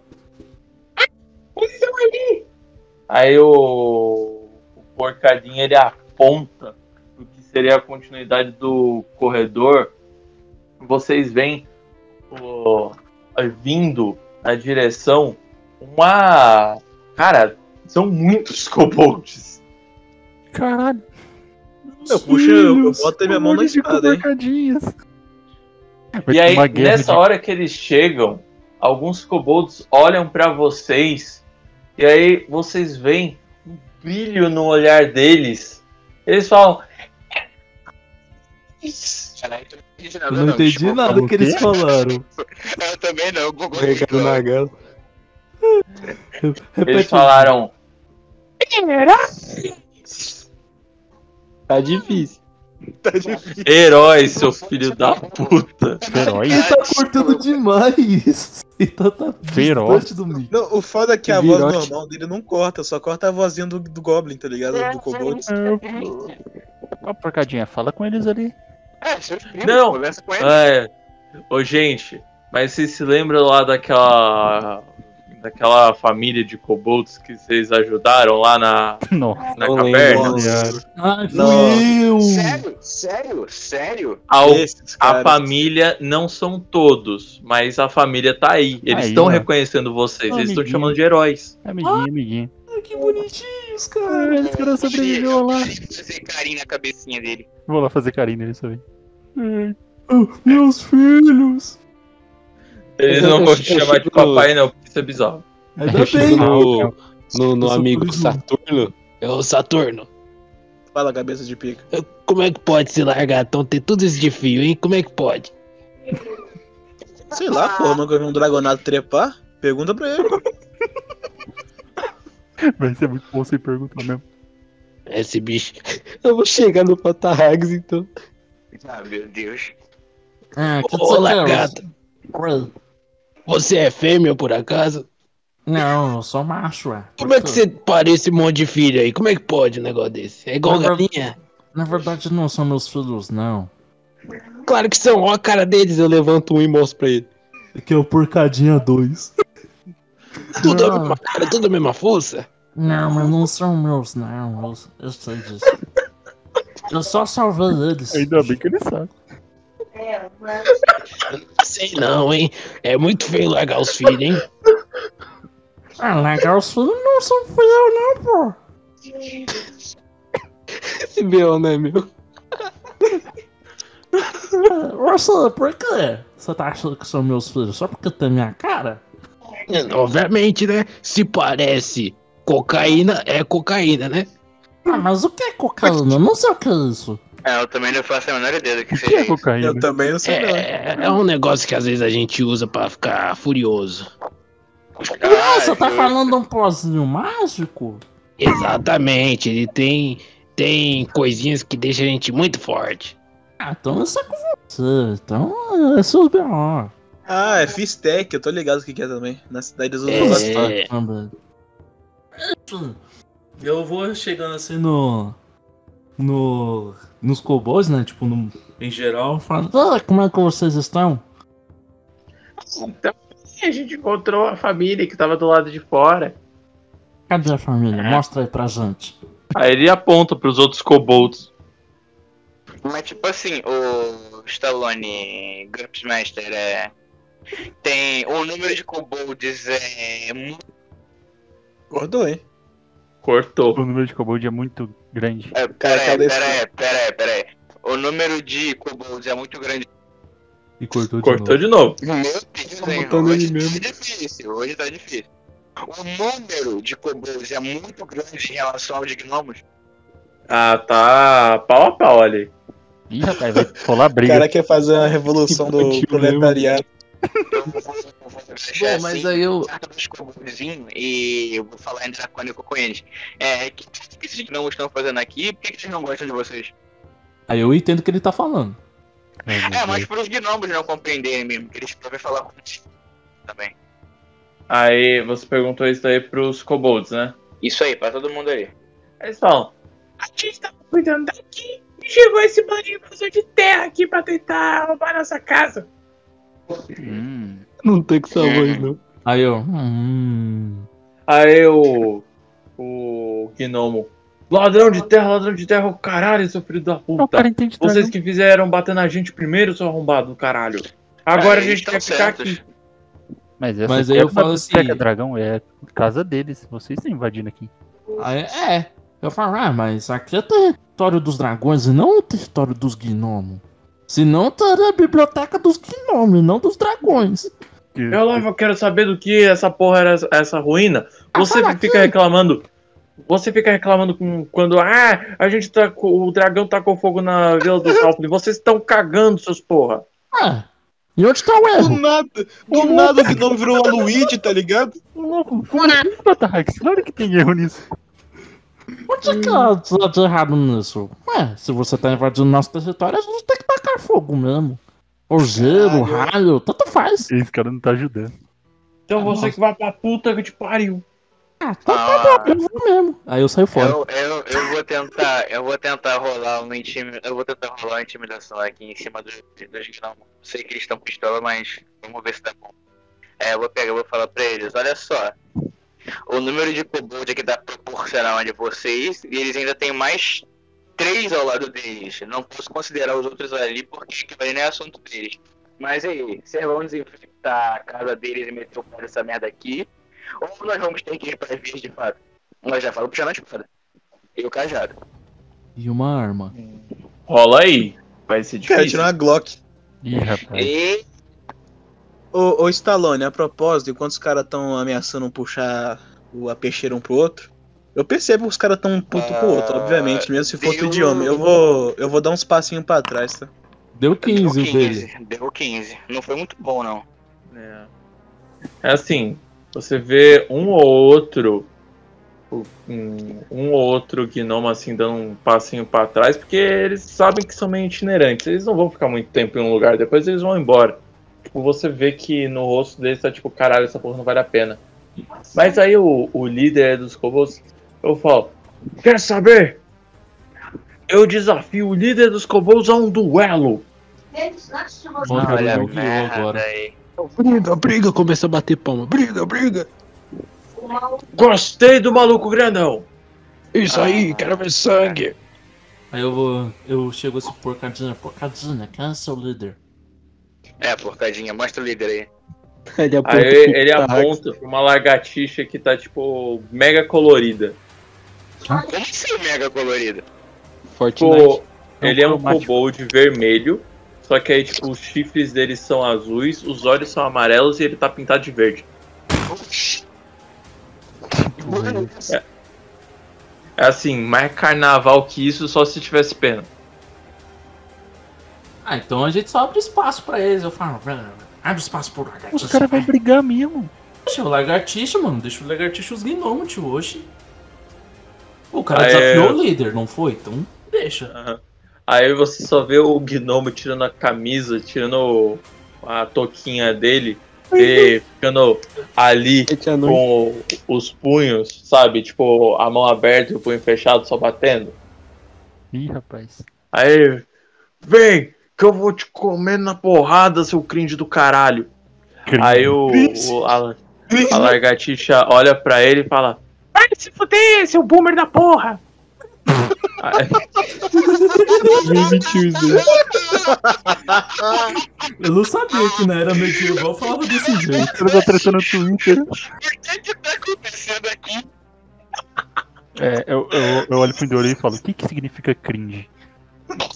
Aí o, o porcadinho ele aponta o que seria a continuidade do corredor. Vocês veem o- vindo na direção uma. Cara, são muitos kobolds. Caralho. Eu puxo, eu, eu boto um a minha mão na espada, hein? É, E aí, nessa hora que eles chegam, alguns kobolds olham pra vocês. E aí vocês veem um brilho no olhar deles. Eles falam. Caralho, tu não entendi nada, Eu não desculpa. entendi nada que eles falaram. Eu também não, Gugu. Regado na gala. Eles Repete. falaram. Tá difícil. tá difícil. Herói, seu filho da puta. Feroz. Ele tá cortando demais. Ele tá, tá Feroz. distante do mim. Não, o foda é que a Virote. voz normal dele não corta, só corta a vozinha do, do Goblin, tá ligado? Do Kobold. Ó, porcadinha, fala com eles ali. É, seus primos, Não. conversa com ele. É. Ô, gente, mas vocês se lembram lá daquela. daquela família de kobolds que vocês ajudaram lá na, Nossa, na Não caverna? lembro. Ai, fui Não. eu. Sério, sério, sério. Ao- Esses a caras. família não são todos, mas a família tá aí. Eles Aí, estão ó. reconhecendo vocês, eles estão Amiguinho. te chamando de heróis. É, amiguinho, amiguinho. Ai, que bonitinhos, cara. Esse cara sobreviveu lá. Deixa eu fazer carinho na cabecinha dele. Vou lá fazer carinho neles também. Ah, Meus filhos. Eles Eu- não eu- vão te eu chamar de chego- papai, não, porque isso é bizarro. Ainda Eu chego Tá bem. na- No, no, Eu no sou amigo tudo. Saturno. Ô É Saturno, Fala, cabeça de pica. como é que pode se largar tão ter tudo isso de fio, hein? Como é que pode? Sei lá, Ah. porra, nunca vi um dragonado trepar? Pergunta pra ele. Vai ser muito bom sem perguntar mesmo. É Esse bicho. Eu vou chegar no Patarrags, então. Ah, meu Deus. É, Ah, que Ô, desagradável. lagarto, você é fêmea por acaso? Não, eu sou macho, é. Como é que você para esse monte de filho aí? Como é que pode um negócio desse? É igual Mas- galinha? Na verdade, não são meus filhos, não. Claro que são, ó a cara deles, eu levanto um e mostro pra ele. Que é o Porcadinha 2. Tudo a Não. mesma cara, tudo a mesma força? Não, mas não são meus, não. Eu, eu sei disso. Eu só salvei eles. Ainda bem que ele sabe. Não Ah, sei não, hein? É muito feio largar os filhos, hein? Ah, legal, os filhos não são fui eu, não, pô. Esse B.O. não é meu. Ah, Você, por quê? Você tá achando que são meus filhos só porque tem minha cara? Obviamente, né? Se parece cocaína, é cocaína, né? Ah, mas o que é cocaína? Eu não sei o que é isso. É, eu também não faço a menor ideia do que Que é seja. cocaína? Eu também não sei, não. É, é um negócio que às vezes a gente usa pra ficar furioso. Ah, você tá justo. falando de um pozinho mágico? Exatamente, ele tem tem coisinhas que deixam a gente muito forte. Ah, então isso é com você. Então, é seus B.O. Ah, é Fistec, eu tô ligado o que que é também. Na cidade dos outros. tá. É, Também. Eu vou chegando assim no. No. Nos kobolds, né? Tipo, no, em geral, falando, ah, como é que vocês estão? A gente encontrou a família que tava do lado de fora. Cadê a família? É. Mostra aí pra gente. Aí ele aponta pros outros kobolds. Mas tipo assim, o Stallone Grupsmaster é. Tem. O número de kobolds é muito. Acordou, hein? Cortou. O número de kobold é muito grande. é, Pera aí, cadê esse- pera aí, pera aí, pera aí. O número de kobolds é muito grande. E cortou Cortou de novo. Meu Deus, Tá hein, botando hoje ele tá mesmo. difícil, hoje tá difícil. O número de kobolds é muito grande em relação ao de gnomos. Ah, tá pau a pau ali. Ih, rapaz, vai rolar O briga. cara quer fazer uma revolução do Infantil mesmo. proletariado. Eu vou, vou, vou deixar Bom, mas assim. aí eu. carta dos cobolzinhos e eu vou falar em dracônico com eles. É, o que, que esses gnomos estão fazendo aqui? Por que, que eles não gostam de vocês? Aí eu entendo o que ele tá falando. Ai, meu É, mas Deus. para os gnomos não compreenderem mesmo, que eles podem falar com Tá eles também. Aí você perguntou isso aí pros kobolds, né? Isso aí, pra todo mundo ali. Eles falam: A gente tava cuidando daqui e chegou esse bando de invasor de terra aqui pra tentar roubar nossa casa. Hum, não tem que salvar ele, não. Aí eu. Hum. Aí o. O Gnomo: Ladrão de terra, ladrão de terra, o caralho, seu filho da o puta. cara entende tudo. Vocês que fizeram bater na gente primeiro, seu arrombado do caralho. Agora a gente quer ficar aqui. Mas, essa Mas aqui aí é eu uma falo assim- biblioteca Dragão é casa deles. Vocês estão invadindo aqui. Aí, é. Eu falo, ah, mas aqui é território dos dragões e não o território dos gnomos. Senão teria a biblioteca dos gnomos, e não dos dragões. Eu lá eu quero saber do que essa porra era essa- essa ruína. Ah, Você fala fica reclamando. Você fica reclamando com, quando ah, a gente tá com- o dragão tá com fogo na vila do Halfling. Vocês estão cagando, seus porra. Ah, e onde tá o Do erro? nada, do nada o Gnome virou a Luigi, tá ligado? Ô, louco, como é que é, Batarrax? Claro que tem erro nisso. Onde é que ela tá de errado nisso? Ué, se você tá invadindo nosso território, a gente tem que tacar fogo mesmo. Ou gelo, raio, tanto faz. Esse cara não tá ajudando. Então você que vai pra puta que te pariu. Ah, então tá bom, eu vou mesmo. Aí eu saio fora. Eu, eu, eu vou tentar, eu vou tentar rolar um intimi, eu vou tentar rolar uma intimidação aqui em cima do, do gente não. Sei que eles estão com pistola, mas vamos ver se dá bom. É, eu vou pegar, eu vou falar pra eles, olha só. O número de kobold aqui dá proporcional a de vocês, e eles ainda têm mais três ao lado deles. Não posso considerar os outros ali porque que não é assunto deles. Mas aí, vocês vão desinfectar a casa deles e meter o pé nessa merda aqui, ou nós vamos ter que ir pra vias de fato. Nós já falo puxar na espada. E o cajado. E uma arma. Rola aí. Vai ser Cara, difícil. tirar uma Glock. Ih, É. rapaz. E Ô, ô Stallone, a propósito, enquanto os caras estão ameaçando um puxar o, a peixeira um pro outro, eu percebo que os caras tão um puto pro outro, Ah, obviamente, mesmo se for outro deu- idioma. um- Eu vou, eu vou dar uns passinhos pra trás, tá? Deu 15 o deu dele. 15. Deu 15. Não foi muito bom, não. É assim, você vê um ou outro um, um ou outro gnomo assim dando um passinho pra trás, porque eles sabem que são meio itinerantes, eles não vão ficar muito tempo em um lugar, depois eles vão embora. Tipo, você vê que no rosto deles tá tipo, caralho, essa porra não vale a pena. Mas aí o, o líder dos kobolds, eu falo, quer saber? Eu desafio o líder dos kobolds a um duelo. Bom, Ah, cara, olha a eu vi merda agora. aí. Briga, briga, começa a bater palma. Briga, briga. Gostei do maluco grandão. Isso aí, quero ver sangue. Aí eu vou. Eu chego assim, porcadinha, porcadinha, quem é seu líder? É, porcadinha, mostra o líder aí. Ele aponta Aí pro ele Tarrax. aponta pra uma lagartixa que tá, tipo, mega colorida. Como assim, mega colorido? Tipo, Fortnite. ele é um cromático. kobold vermelho, só que aí, tipo, os chifres dele são azuis, os olhos são amarelos e ele tá pintado de verde. Mano, É assim, mais carnaval que isso só se tivesse pena. Ah, então a gente só abre espaço pra eles. Eu falo, velho, abre espaço pro lagartixa. Os caras vão brigar mesmo. Poxa, o lagartixa, mano, deixa o lagartixa os gnomos, tio, oxe. O cara Ah, é. desafiou o líder, não foi? Então deixa. Aham. Aí você só vê o gnomo tirando a camisa, tirando a touquinha dele, e ficando ali Sete anões. com os punhos, sabe? Tipo, a mão aberta e o punho fechado só batendo. Ih, rapaz. Aí, vem, que eu vou te comer na porrada, seu cringe do caralho. Aí o, o- a, a lagartixa olha pra ele e fala: Vai se fuder, seu boomer da porra! "Ai, Eu não sabia que na era medieval falava desse jeito. Os caras tá tretando no Twitter. O que que tá acontecendo aqui? É, eu, eu, eu olho pro Indorei e falo, o que que significa cringe?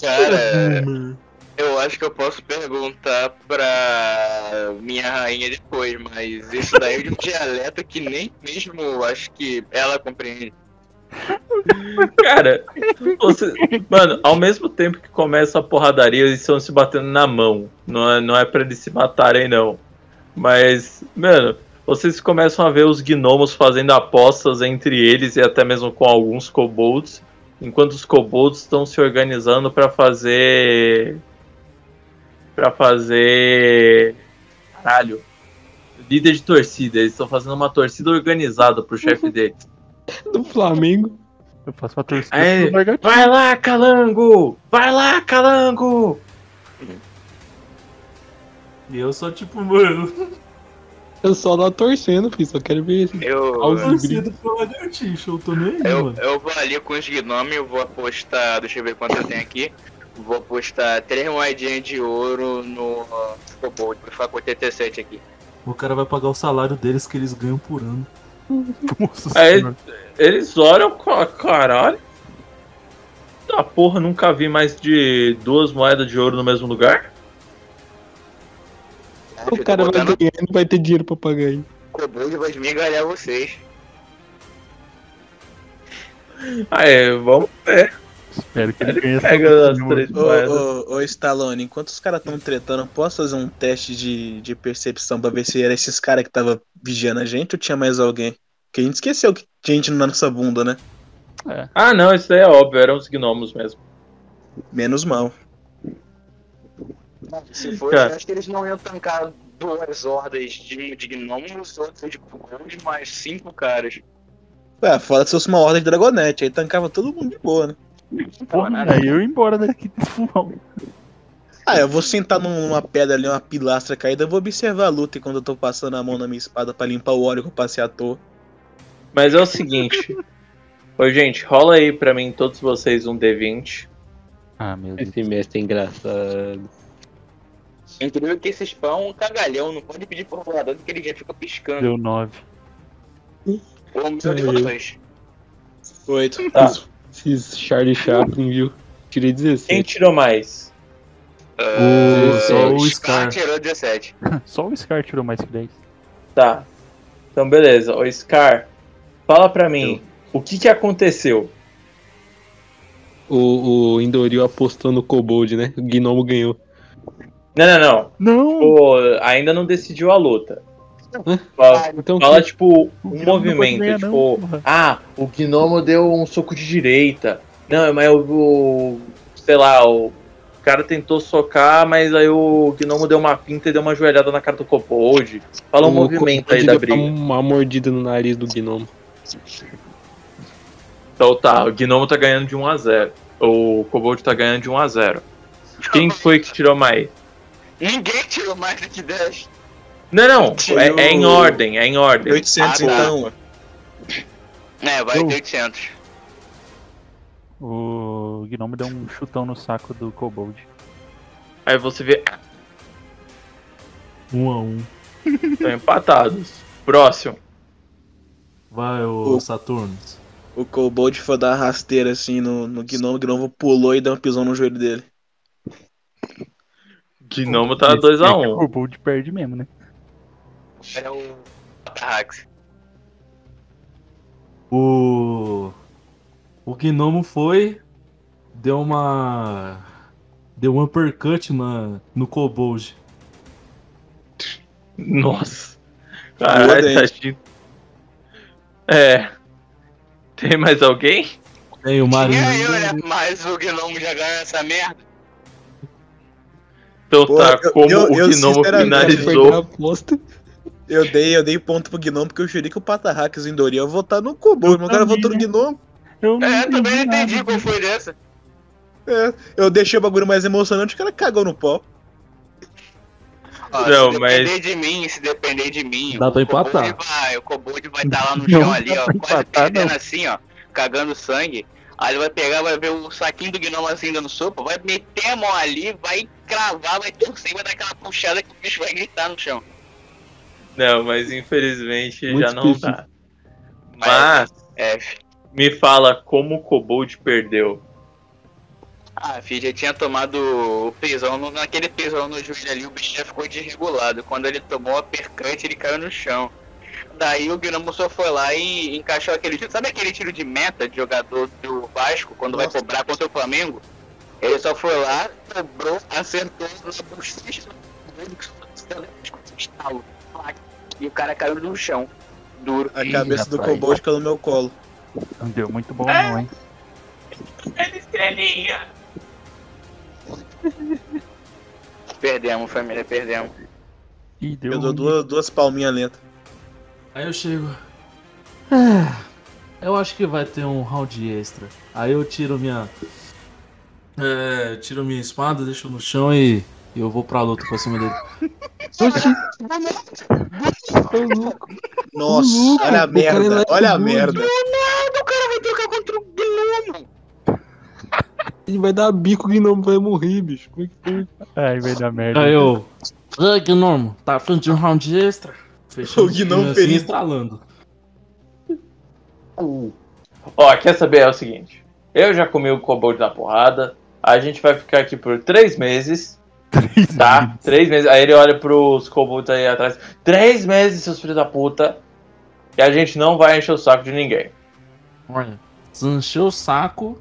Cara, Uhum. eu acho que eu posso perguntar pra minha rainha depois, mas isso daí é de um dialeto que nem mesmo eu acho que ela compreende. Cara, você- mano, ao mesmo tempo que começa a porradaria, eles estão se batendo na mão. Não é, não é pra eles se matarem, não. Mas, mano, vocês começam a ver os gnomos fazendo apostas entre eles e até mesmo com alguns kobolds, enquanto os kobolds estão se organizando pra fazer. Pra fazer. Caralho. Líder de torcida, eles estão fazendo uma torcida organizada pro chefe dele. do Flamengo. Eu faço uma torcida Aí. pro lagartixa. Vai lá, Calango! Vai lá, Calango! E eu sou tipo, mano, Eu só lá torcendo, filho. Só quero ver esse. Eu, torcido pro lagartixa, eu tô nem aí, eu, mano. eu vou ali com os gnomes, eu vou apostar, deixa eu ver quanto eu tenho aqui. Vou apostar três moedinhas de ouro no Kobold, vou ficar com 87 aqui. O cara vai pagar o salário deles que eles ganham por ano. Nossa Aí- senhora. Eles olham, ca- caralho. Da porra, nunca vi mais de duas moedas de ouro no mesmo lugar. Ah, O cara vai botando ganhar e não vai ter dinheiro pra pagar aí. Kobold vai esmigalhar vocês. Aí, vamos ver. Espero que ele ganhe essa Pega as porra. três Ô, moedas. ô, ô, Stallone, enquanto os caras estão tretando, eu posso fazer um teste de, de percepção pra ver se era esses caras que tava vigiando a gente ou tinha mais alguém? Porque a gente esqueceu que tinha gente na nossa bunda, né? É. Ah, não, isso daí é óbvio, eram os gnomos mesmo. Menos mal. Se for, Cara. eu acho que eles não iam tancar duas hordas de, de gnomos, outras de kobolds, mais cinco caras. Ué, Ah, fora se fosse uma horda de dragonete, aí tancava todo mundo de boa, né? Porra, nada. aí eu ia embora né? daqui do fulão. Ah, eu vou sentar num- numa pedra ali, uma pilastra caída, eu vou observar a luta enquanto eu tô passando a mão na minha espada pra limpar o óleo que eu passei à toa. Mas é o seguinte. Ô, gente, rola aí pra mim, todos vocês, um D20. Ah, meu Deus. Esse mestre é engraçado. É incrível que esse spawn é um cagalhão, não pode pedir por voador que ele já fica piscando. Deu 9. Ou meu de vocês. Oito. Tá. Esses Charlie Chaplin, viu? Tirei 16. Quem tirou mais? Ah, só o Scar. tirou 17. Só o Scar tirou mais que 10. Tá. Então, beleza. Ô, Scar, fala pra mim, o que que aconteceu? O, o Indoril apostou no Kobold, né? O Gnomo ganhou. Não, não, não. Não! Pô, ainda não decidiu a luta. Fala, Então, fala, tipo, O um gnomo movimento. não é ganha, tipo, não, porra. ah, o gnomo deu um soco de direita. Não, mas o- o. Sei lá, o cara tentou socar, mas aí o gnomo deu uma pinta e deu uma joelhada na cara do Copold. Fala um o movimento aí Kobold da deu briga. Uma mordida no nariz do Gnomo. Então tá, o gnomo tá ganhando de 1 a 0 O Cobold tá ganhando de 1 a 0 Quem foi que tirou mais? Ninguém tirou mais do que 10. Não, não, Tirou- é, é em ordem, é em ordem. 800 Ah, tá. então, ué. É, vai Eu. ter 800. O Gnome deu um chutão no saco do Kobold. Aí você vê, Um a um. estão empatados. Próximo. Vai, ô O- Saturno. O Kobold foi dar uma rasteira assim no, no Gnomo, o Gnomo pulou e deu um pisão no joelho dele. Gnomo tá Esse 2 a aqui, É um. O 1 Kobold perde mesmo, né? É o Hax. O. O Gnomo foi. Deu uma. Deu um uppercut na, no Kobold. Nossa. Caralho, Boa, tá chi- É. Tem mais alguém? Tem o Marinho. Tinha eu, né? Mas o Gnomo já ganhou essa merda. Então Pô, tá, eu- como eu- o eu Gnomo sinceramente- Perdeu a finalizou. aposta. Eu dei, eu dei ponto pro Gnomo porque eu jurei que o Patarrax em Doria ia votar no Kobold, mas o cara também, votou no né? Gnomo. Eu não É, eu também não nada. entendi qual foi dessa. É, eu deixei o bagulho mais emocionante, o cara cagou no pau. Ó, Não, se mas- depender de mim, se depender de mim, Dá o pra Kobold empatar. vai- o Kobold vai estar lá no chão Não ali, dá ó, pra quase empatar, perdendo não. assim, ó, cagando sangue. Aí ele vai pegar, vai ver o saquinho do gnomo assim dando sopa, vai meter a mão ali, vai cravar, vai torcer, vai dar aquela puxada que o bicho vai gritar no chão. Não, mas infelizmente Muito já não dá. Mas, É, me fala como o Kobold perdeu. Ah, filho, já tinha tomado o pisão, no- naquele pisão no joelho ali, o bicho já ficou desregulado. Quando ele tomou a percante, ele caiu no chão. Daí o Gnomo só foi lá e encaixou aquele tiro. Sabe aquele tiro de meta de jogador do Vasco, quando vai cobrar contra o Flamengo? Ele só foi lá, cobrou, acertou na bochecha do Gnomo, que só deu um estalo. Plac. E o cara caiu no chão, duro. A Ih, cabeça do rapaz. Kobold caiu no meu colo. Não deu muito bom, não, hein? Estrelinha. Perdemos, família, perdemos. Ih, deu. Eu dou ruim. duas, duas palminhas lentas. Aí eu chego. "Ah, eu acho que vai ter um round extra. Aí eu tiro minha. É, eu tiro minha espada, deixo no chão e. e eu vou pra luta pra cima dele. Nossa, olha a o cara é lá merda, do olha a Kobold. merda. O cara vai trocar contra o Gnomo! Ele vai dar bico, o Gnomo vai morrer, bicho. Como é que foi? um- Ai, vai dar merda. Aí eu. Ô, Gnomo, tá afim de um round extra? Fechando O Gnomo punhos feliz. estralando. Ó, quer saber? É o seguinte. Eu já comi o Kobold na porrada. A gente vai ficar aqui por três meses. Tá? Três meses. Aí ele olha pros Kobolds aí atrás. Três meses, seus filhos da puta. E a gente não vai encher o saco de ninguém. Olha, se encheu o saco.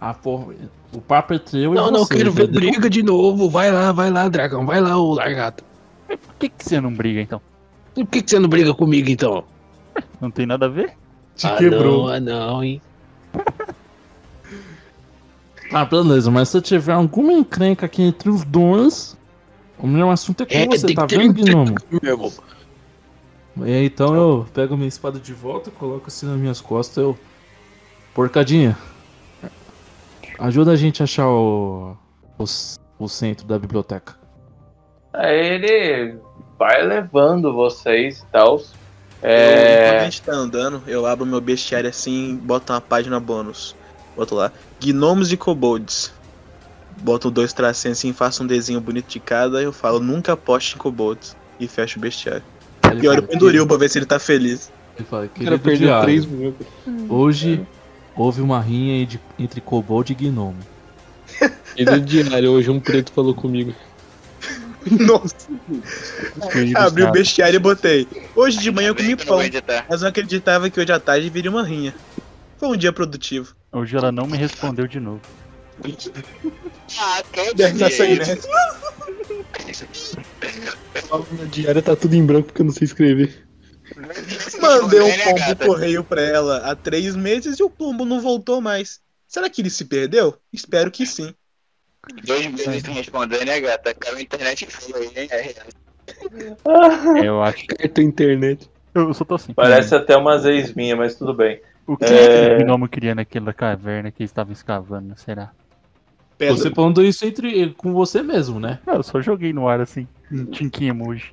A porra. O papo é teu e Não, não, você, quero ver entendeu? briga de novo. Vai lá, vai lá, dragão. Vai lá, ô largata. Por que, que você não briga, então? Por que, que você não briga comigo, então? Não tem nada a ver? Te quebrou. Não, ah, não, hein? Ah, beleza, mas se tiver alguma encrenca aqui entre os dois, o meu assunto é com você, tá vendo, um Gnomo? E aí, então eu pego minha espada de volta, coloco assim nas minhas costas, eu. Porcadinha. Ajuda a gente a achar o. o, o centro da biblioteca. Aí ele vai levando vocês e tal. Quando a É, gente tá andando, eu abro meu bestiário assim, boto uma página bônus. Boto lá. Gnomos e kobolds. Boto dois tracinhos assim, faço um desenho bonito de cada. Eu falo, nunca aposte em kobolds. E fecho o bestiário. Aí ele E olho fala, pro Enduril pra ver se ele tá feliz. Ele fala, querido cara perdeu É. diário, 3 mil. hoje houve uma rinha aí de- entre Kobold e Gnomo. E do diário, hoje um preto falou comigo. Nossa, Fugiu dos abri o caras. bestiário e botei. Hoje de manhã eu comi Não pão, vou editar. mas não acreditava que hoje à tarde viria uma rinha. Foi um dia produtivo. Hoje ela não me respondeu de novo. Ah, né? todo Deve estar dia saindo, isso. né? Na diária tá tudo em branco porque eu não sei escrever. Mandei um Velha pombo né, é gata. correio pra ela há três meses e o pombo não voltou mais. Será que ele se perdeu? Espero que sim. Dois meses sem responder, né, gata? Caiu a internet e falou aí, né? É, Eu acho. Carta internet. Eu só tô assim. parece até umas ex minha, mas tudo bem. O que É. o gnomo queria naquela caverna que eles estavam escavando, será? Pedro, Você falando isso entre, com você mesmo, né? Não, eu só joguei no ar assim, um tinquinho emoji.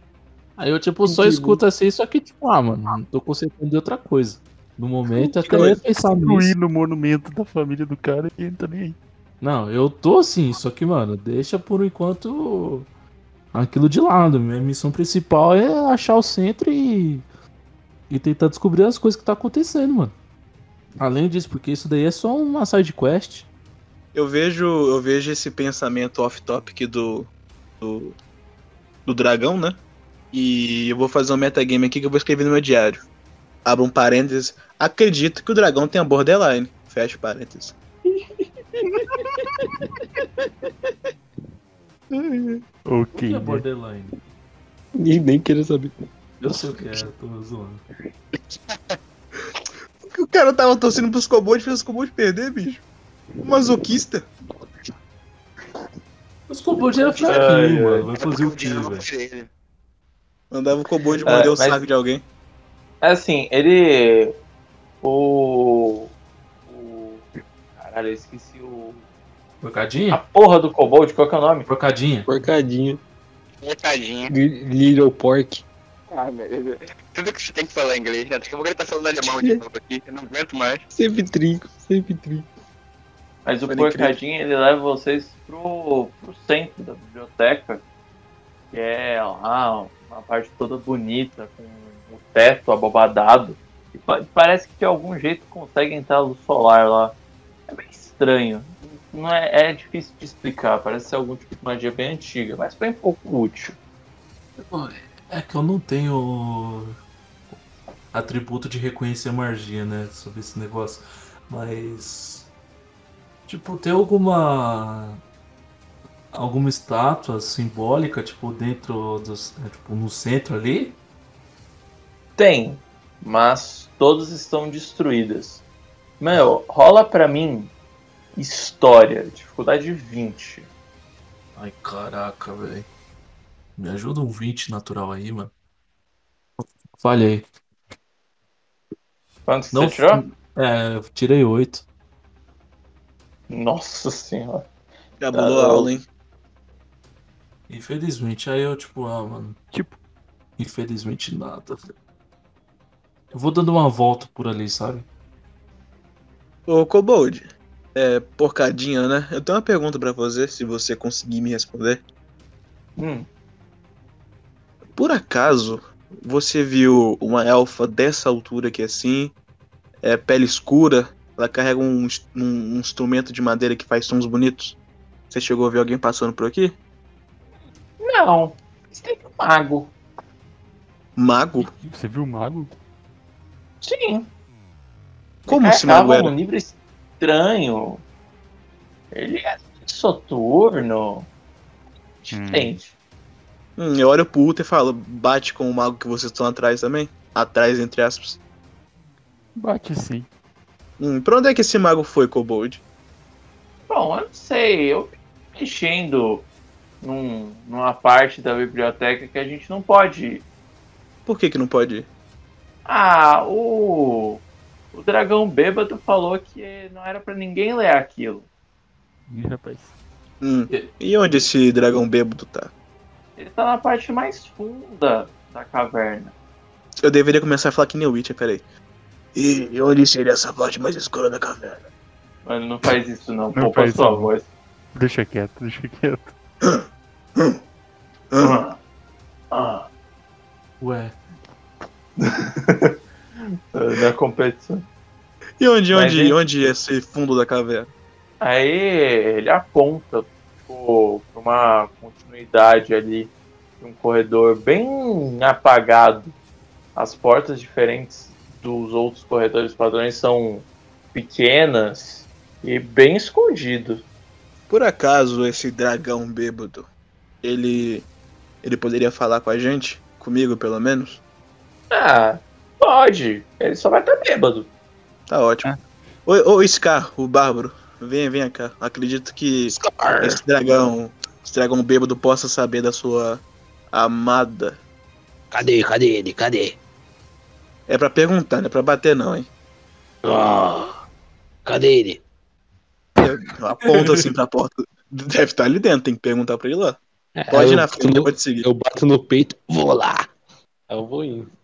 Aí eu, tipo, só escuto assim, só que, tipo, ah, mano, não tô concentrando em outra coisa. No momento, até eu ia pensar nisso. Destruir no monumento da família do cara e ele tá nem aí. Não, eu tô sim, só que, mano, deixa por enquanto aquilo de lado. Minha missão principal é achar o centro e. e tentar descobrir as coisas que tá acontecendo, mano. Além disso, porque isso daí é só uma side quest. eu vejo, eu vejo esse pensamento off-topic do, do do dragão, né? E eu vou fazer um metagame aqui que eu vou escrever no meu diário. Abro um parênteses. Acredito que o dragão tenha borderline. Fecha o parênteses. O Ok. que né? né? é borderline? Nem, nem queria saber. Eu sei o que é, eu tô zoando. O cara tava torcendo pros kobolds, fez os kobolds perder, bicho. Masoquista. Os combos era Ai, fraquinho, ai. mano. Vai fazer o Eu quê, não né? velho? vou querer. Mandava o kobold morder É, o mas- saco de alguém. Assim, ele. O. o caralho, eu esqueci o. A Porcadinha? porra do Kobold, qual que é o nome? Porcadinha? Porcadinha. Um Coitadinha. Li- Little Pork. Ah, meu Deus. Tudo que você tem que falar em inglês, né? Daqui a pouco ele tá falando alemão de novo aqui. Eu não aguento mais. Sempre trinco, sempre trinco. Mas o Foi porcadinho ele leva vocês pro, pro centro da biblioteca, que é lá uma parte toda bonita, com o teto abobadado. E pa- parece que de algum jeito consegue entrar luz solar lá. É bem estranho. Não é, é difícil de explicar, parece ser algum tipo de magia bem antiga, mas bem pouco útil. É que eu não tenho atributo de reconhecer magia, né? Sobre esse negócio. Mas. Tipo, tem alguma. Alguma estátua simbólica, tipo, dentro dos. é, Tipo, no centro ali? Tem, mas todas estão destruídas. Meu, rola pra mim história, dificuldade 20. Ai, caraca, velho. Me ajuda um 20 natural aí, mano. Falhei. Quanto que Não você tirou? É, eu tirei 8. Nossa senhora. Já bolou a Ah, aula, hein? Infelizmente, aí eu, tipo, ah, mano. Tipo. Infelizmente nada. velho. Eu vou dando uma volta por ali, sabe? Ô, Cobold, é porcadinha, né? Eu tenho uma pergunta pra você, se você conseguir me responder. Hum, Por acaso, você viu uma elfa dessa altura aqui assim, é, pele escura, ela carrega um, ins- um- um instrumento de madeira que faz sons bonitos? Você chegou a ver alguém passando por aqui? não. Você tem um mago. Mago? Você viu o mago? Sim. Como Ele esse mago carregava um era? livro estranho. Ele é soturno. Gente. Hum, eu olho pro Uta e falo, bate com o mago que vocês estão atrás também? Atrás, entre aspas. Bate assim. sim. Hum, pra onde é que esse mago foi, Kobold? Bom, eu não sei. Eu mexendo num, numa parte da biblioteca que a gente não pode ir. Por que que não pode ir? Ah, o. O dragão bêbado falou que não era pra ninguém ler aquilo. Ih, rapaz. Hum, E onde esse dragão bêbado tá? Ele tá na parte mais funda da caverna. Eu deveria começar a falar que nem o Witcher, peraí. E e onde seria essa parte mais escura da caverna? Mano, não faz isso não, Não poupa faz sua isso, não. voz. Deixa quieto, deixa quieto. Hã? Ah, Ué, É da competição. E onde, Mas onde, ele- onde é esse fundo da caverna? Aí ele aponta tipo, pra uma continuidade ali de um corredor bem apagado. As portas diferentes dos outros corredores padrões são pequenas e bem escondidas. Por acaso esse dragão bêbado, ele ele poderia falar com a gente? Comigo, pelo menos? Ah, pode. Ele só vai estar bêbado. Tá ótimo. Ô, ô Scar, o bárbaro, venha, venha cá. Acredito que Scar. esse dragão, esse dragão bêbado possa saber da sua amada. Cadê, cadê ele? Cadê? É pra perguntar, não é pra bater não, hein? Ah, cadê ele? Eu aponto assim pra porta. Deve estar ali dentro, tem que É, perguntar pra ele lá. Pode ir na frente, eu vou te seguir. Eu bato no peito, Vou lá. eu vou indo.